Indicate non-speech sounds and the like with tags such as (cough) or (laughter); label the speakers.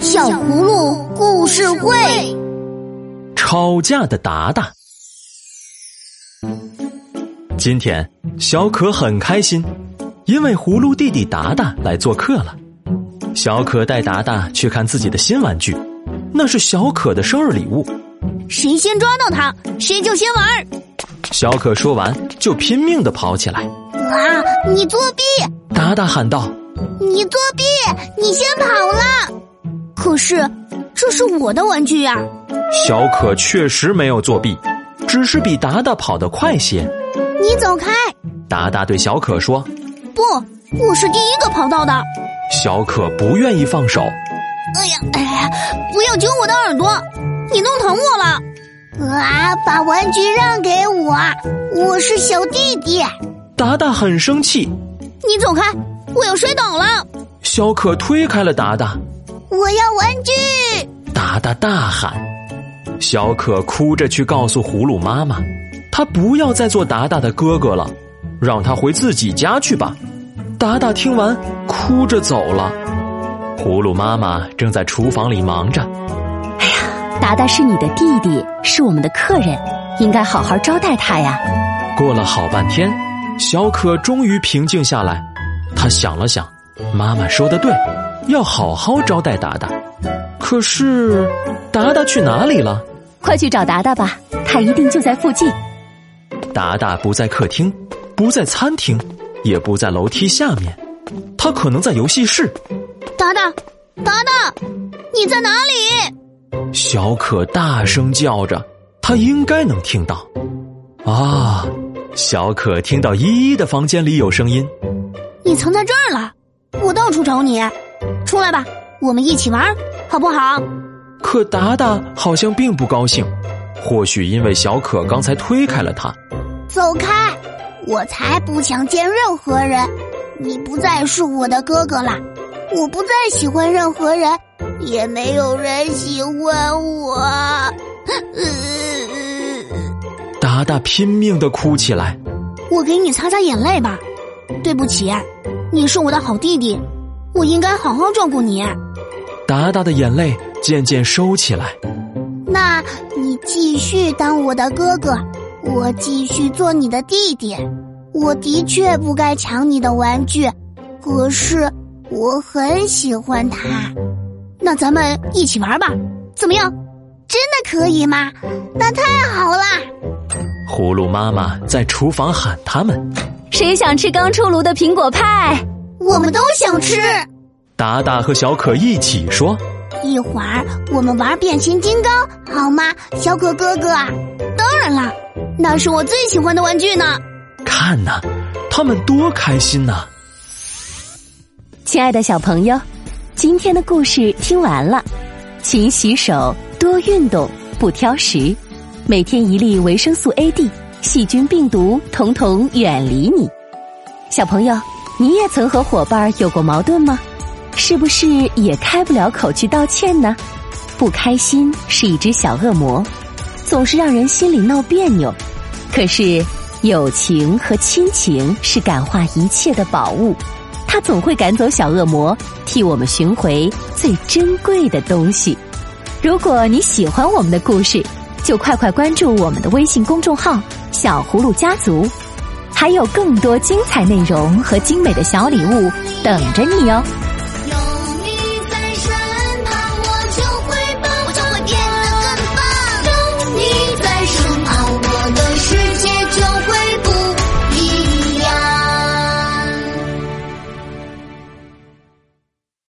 Speaker 1: 小葫芦故事会。
Speaker 2: 吵架的达达，今天小可很开心，因为葫芦弟弟达达来做客了。小可带达达去看自己的新玩具，那是小可的生日礼物。
Speaker 1: 谁先抓到它，谁就先玩儿。
Speaker 2: 小可说完就拼命的跑起来。
Speaker 1: 啊！你作弊！
Speaker 2: 达达喊道
Speaker 1: 你作弊！你先跑了。可是这是我的玩具啊呀、：“
Speaker 2: 小可确实没有作弊，只是比达达跑得快些。
Speaker 1: 你走开！”
Speaker 2: 达达对小可说
Speaker 1: 不，我是第一个跑到的。：“
Speaker 2: 小可不愿意放手。”
Speaker 1: 哎呀，哎呀，不要揪我的耳朵！你弄疼我了。啊！把玩具让给我，我是小弟弟。
Speaker 2: 达达很生气，
Speaker 1: 你走开，我要摔倒了！
Speaker 2: 小可推开了达达，
Speaker 1: 我要玩具！
Speaker 2: 达达大喊。小可哭着去告诉葫芦妈妈，她不要再做达达的哥哥了，让他回自己家去吧。达达听完，哭着走了。葫芦妈妈正在厨房里忙着，
Speaker 3: 达达是你的弟弟，是我们的客人，应该好好招待他呀。
Speaker 2: 过了好半天，小可终于平静下来。她想了想，妈妈说的对，要好好招待达达。可是，达达去哪里了？
Speaker 3: 快去找达达吧，他一定就在附近。
Speaker 2: 达达不在客厅，不在餐厅，也不在楼梯下面，他可能在游戏室。
Speaker 1: 达达，达达，你在哪里？
Speaker 2: 小可大声叫着，他应该能听到。啊，小可听到依依的房间里有声音。
Speaker 1: 你藏在这儿了，我到处找你。出来吧，我们一起玩，好不好？
Speaker 2: 可达达好像并不高兴，或许因为小可刚才推开了他。
Speaker 1: 走开，我才不想见任何人。你不再是我的哥哥啦，我不再喜欢任何人，也没有人喜欢我。 (laughs)
Speaker 2: 达达拼命的哭起来。
Speaker 1: 我给你擦擦眼泪吧。对不起，你是我的好弟弟，我应该好好照顾你。
Speaker 2: 达达的眼泪渐渐收起来。
Speaker 1: 那你继续当我的哥哥，我继续做你的弟弟。我的确不该抢你的玩具，可是我很喜欢它。那咱们一起玩吧，怎么样？真的可以吗？那太好了！
Speaker 2: 葫芦妈妈在厨房喊他们。
Speaker 3: 谁想吃刚出炉的苹果派？
Speaker 1: 我们都想吃。
Speaker 2: 达达和小可一起说。
Speaker 1: 一会儿我们玩变形金刚好吗，小可哥哥？当然啦，那是我最喜欢的玩具呢。
Speaker 2: 看呐、他们多开心呐、
Speaker 3: 亲爱的小朋友，今天的故事听完了，勤洗手，多运动，不挑食，每天一粒维生素 A D，细菌病毒统统远离你。小朋友，你也曾和伙伴有过矛盾吗？是不是也开不了口去道歉呢？不开心是一只小恶魔，总是让人心里闹别扭。可是，友情和亲情是感化一切的宝物。它总会赶走小恶魔，替我们寻回最珍贵的东西。如果你喜欢我们的故事，就快快关注我们的微信公众号“小葫芦家族”，还有更多精彩内容和精美的小礼物等着你哦！